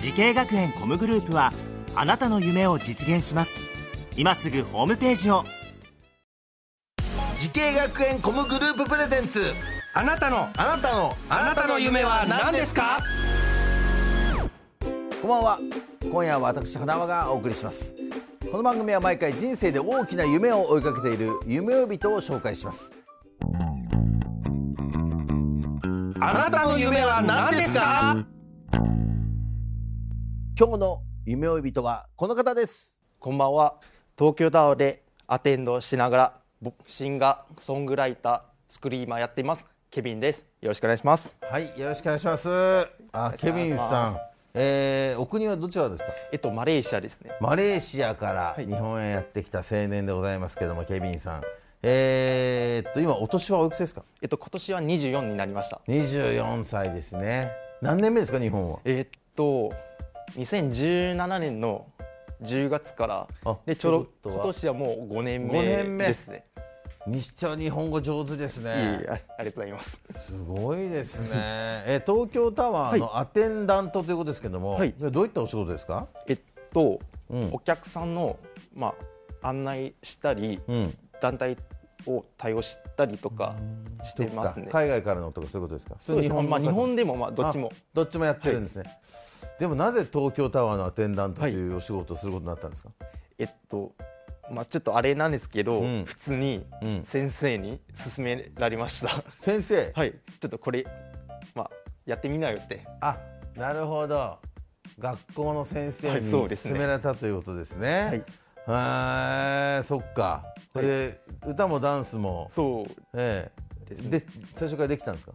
時系学園コムグループはあなたの夢を実現します今すぐホームページを時系学園コムグループプレゼンツあなたのあなたのあなたの夢は何ですかこんばんは今夜は私花輪がお送りしますこの番組は毎回人生で大きな夢を追いかけている夢呼人を紹介しますあなたの夢は何ですか今日の夢呼人はこの方ですこんばんは東京タワーでアテンドしながらぼシンガーソングライタースクリーマーやっていますケビンですよろしくお願いしますはいよろしくお願いしますあケビンさんえー、お国はどちらですかえっとマレーシアですねマレーシアから日本へやってきた青年でございますけども、ケビンさんえー、っと今お年はおいくつですかえっと今年は24になりました24歳ですね何年目ですか日本はえっと2017年の10月かあらでちょうということどは今年はもう5年五年目目ですねにしては日本語上手ですいえいねえあありがとうございますすごいですねえ東京タワーのアテンダントということですけども、はいどういったお仕事ですかえっと、うんお客さんのまあ案内したり、うん団体を対応したりとかしてますねそっか海外からのとかそういうことですかそうです普ね通まあ日の方本でもまあどっちもあどっちもやってるんですね、でもなぜ東京タワーのアテンダントというお仕事をすることになったんですか、えっと、まあ、ちょっとあれなんですけど、うん普通にうん先生に勧められました、 先生、はいちょっとこれ、まあ、やってみなよってあなるほど学校の先生はいにそうですね勧められたということですね、はい、そっか、これで歌もダンスもそうええですねで最初からできたんですか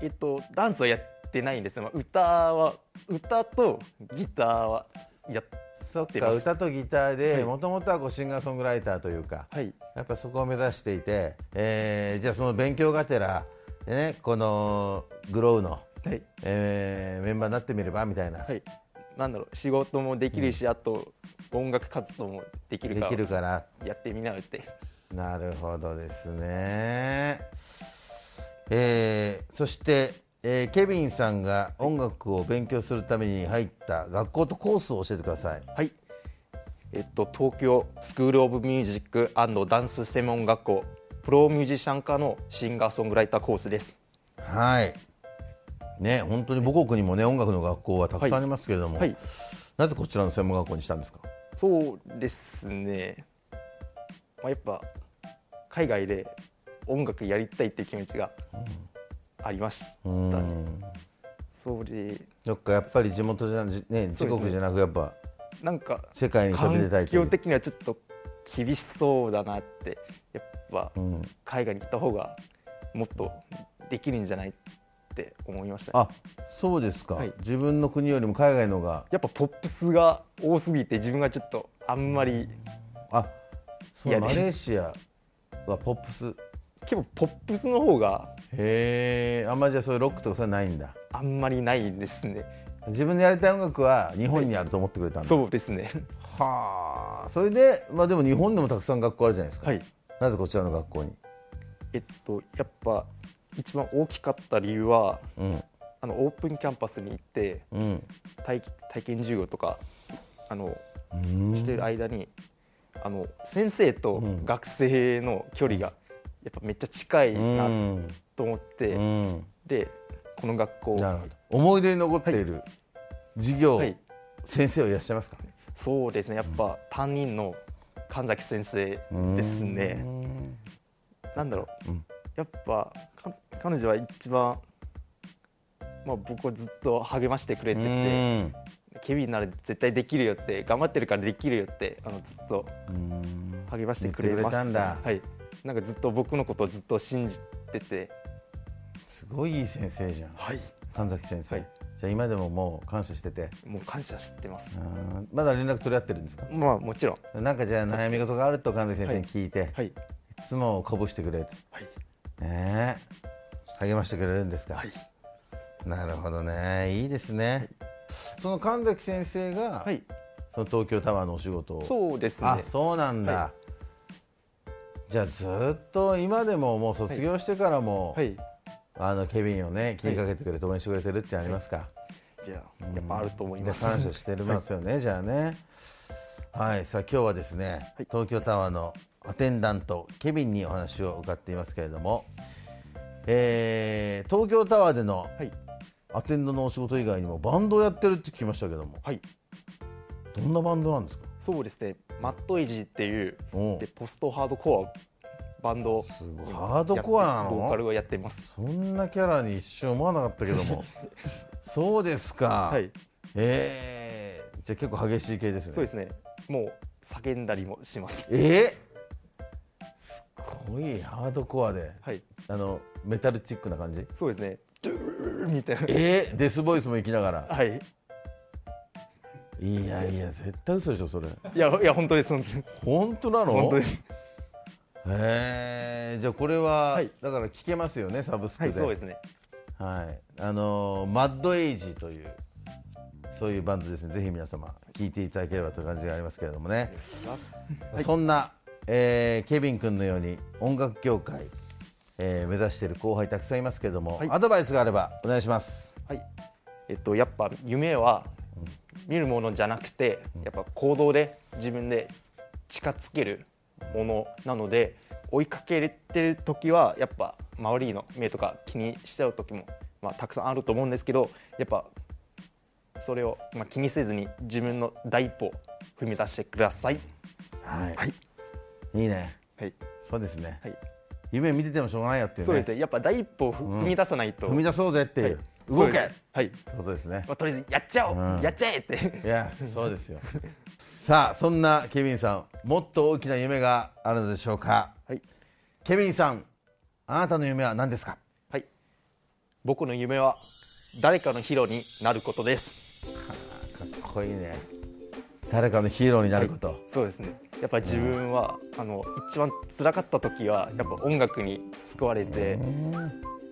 えっとダンスはやってないんです、まあ、歌は歌とギターはやっそっ出かます歌とギターはでいもともとはこうシンガーソングライターというか、はいやっぱそこを目指していて、えーじゃあその勉強がてら、ね、このグロウの、はい、えーメンバーになってみればみたいな、はい、なんだろう仕事もできるし、あと音楽活動もできるでかきるらからやってみなよってなるほどですね、えーそして、えーケビンさんが音楽を勉強するために入った学校とコースを教えてくださいはい。えっと東京スクールオブミュージックダンス専門学校プロミュージシャン科のシンガーソングライターコースです。はい。ね、本当に母国にもね、音楽の学校はたくさんありますけれども、はい。なぜこちらの専門学校にしたんですか。そうですね。まあやっぱ海外で音楽やりたいっていう気持ちがありましたね。それどっかやっぱり地元じゃなじね、自うですね国じゃなくやっぱなんか世界に飛び出たい環という境的にはちょっと厳しそうだなってやっぱ海外に行った方がもっとできるんじゃないって思いましたね。あ、そうですか、はい自分の国よりも海外の方が、やっぱポップスが多すぎて自分がちょっとあんまりあ、そいうやマねレーシアはポップス。結構ポップスの方がへえ、あんまりじゃあそういうロックとかそれないんだ。あんまりないですね自分のやりたい音楽は日本にあると思ってくれたんだ。そうですねはあ、それで、まあでも日本でもたくさん学校あるじゃないですか。はいなぜこちらの学校に。えっとやっぱ一番大きかった理由はうん、あのオープンキャンパスに行ってうん。体体験授業とかあのしてる間にあの先生と学生の距離がやっぱめっちゃ近いなと思って、うんでこの学校なるほど思い出に残っている授業、はい先生はいらっしゃいますかそうですねやっぱ担任の神崎先生ですねなんだろう、やっぱか彼女は一番、まあ、僕をずっと励ましてくれててケビンなら絶対できるよって頑張ってるからできるよってあのずっと励ましてくれま言ってくれしたたんだはい、なんかずっと僕のことをずっと信じててすごいいい先生じゃん、はい神崎先生、はいじゃあ今でももう感謝しててもう感謝してますあーまだ連絡取り合ってるんですかまあもちろんなんかじゃあ悩み事があると神崎先生に聞いて、いはいつもこぼしてくれと、はいねえ励ましてくれるんですか、はいなるほどねいいですね、その神崎先生が、はいその東京タワーのお仕事をそうですねあそうなんだ、はじゃあずっと今でももう卒業してからも、はいあのケビンをね気にかけてくれて応援してくれてるってありますか、じゃあやっぱあると思いでます感謝してますよね、じゃあねはいさあ今日はですね、東京タワーのアテンダントケビンにお話を伺っていますけれども、えー東京タワーでのはいアテンドのお仕事以外にもバンドをやってるって聞きましたけどもはいどんなバンドなんですかそうですねマットイジーっていうおうでポストハードコアバンドすごいハードコアなのやってボーカルをやってますそんなキャラに一瞬思わなかったけど もそうですか、はいえーじゃあ結構激しい系ですねそうですねもう叫んだりもしますえーすごいハードコアで、はいあのメタルチックな感じそうですねドゥーみたいなえーデスボイスも行きながらはいいやいや絶対嘘でしょそれいやいや本当です本当です本当なの本当ですへーじゃあこれは、はいだから聞けますよねサブスクはで,、いそうですねはいあのーマッドエイジというそういうバンドですねぜひ皆様聞いていただければという感じがありますけれどもね、そんな、えーケビン君のように音楽業界、えー目指している後輩たくさんいますけれども、はいアドバイスがあればお願いしますはいえっとやっぱ夢は見るものじゃなくてやっぱ行動で自分で近づけるものなので追いかけてる時はやっぱ周りの目とか気にしちゃう時も、まあ、たくさんあると思うんですけどやっぱそれを、まあ、気にせずに自分の第一歩を踏み出してください。はい、はいいいねはいそうですね、はい夢見ててもしょうがないよっていうねそうですねやっぱ第一歩をふ踏み出さないと、踏み出そうぜっていう、はい動けそうっですはい、てことですねまあ、とりあえずやっちゃおう、うんやっちゃえっていやそうですよ さあそんなケビンさんもっと大きな夢があるのでしょうかはいケビンさんあなたの夢は何ですかはい。僕の夢は誰かのヒーローになることです。かっこいいね誰かのヒーローになること、そうですね。やっぱ自分は、あの一番辛かった時はやっぱ音楽に救われて、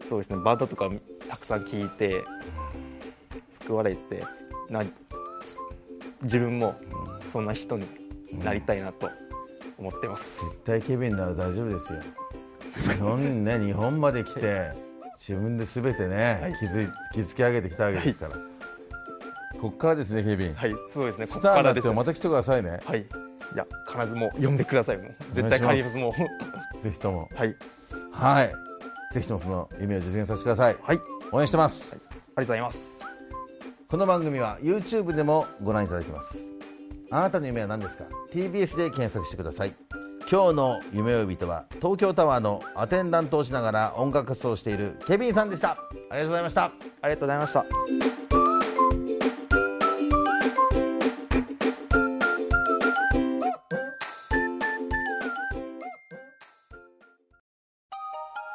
そうですね。バンドとかたくさん聞いて救われて、な自分もそんな人になりたいなと思ってます。絶対ケビンなら大丈夫ですよ日本ね日本まで来て自分で全てね築い築き上げてきたわけですから、こっからですねケビン、はい、そうですね。スターになってですもねまた来てくださいね、はい。いや必ずもう呼んでくださいもう絶対お願い必しますずもぜひともうはいはいぜひともその夢を実現させてください、はいありが応援してます、とうございます。この番組は YouTube でもご覧いただけますあなたの夢は何ですか TBS で検索してください今日の夢呼びとは東京タワーのアテンダントをしながら音楽活動をしているケビンさんでしたありがとうございましたありがとうございました。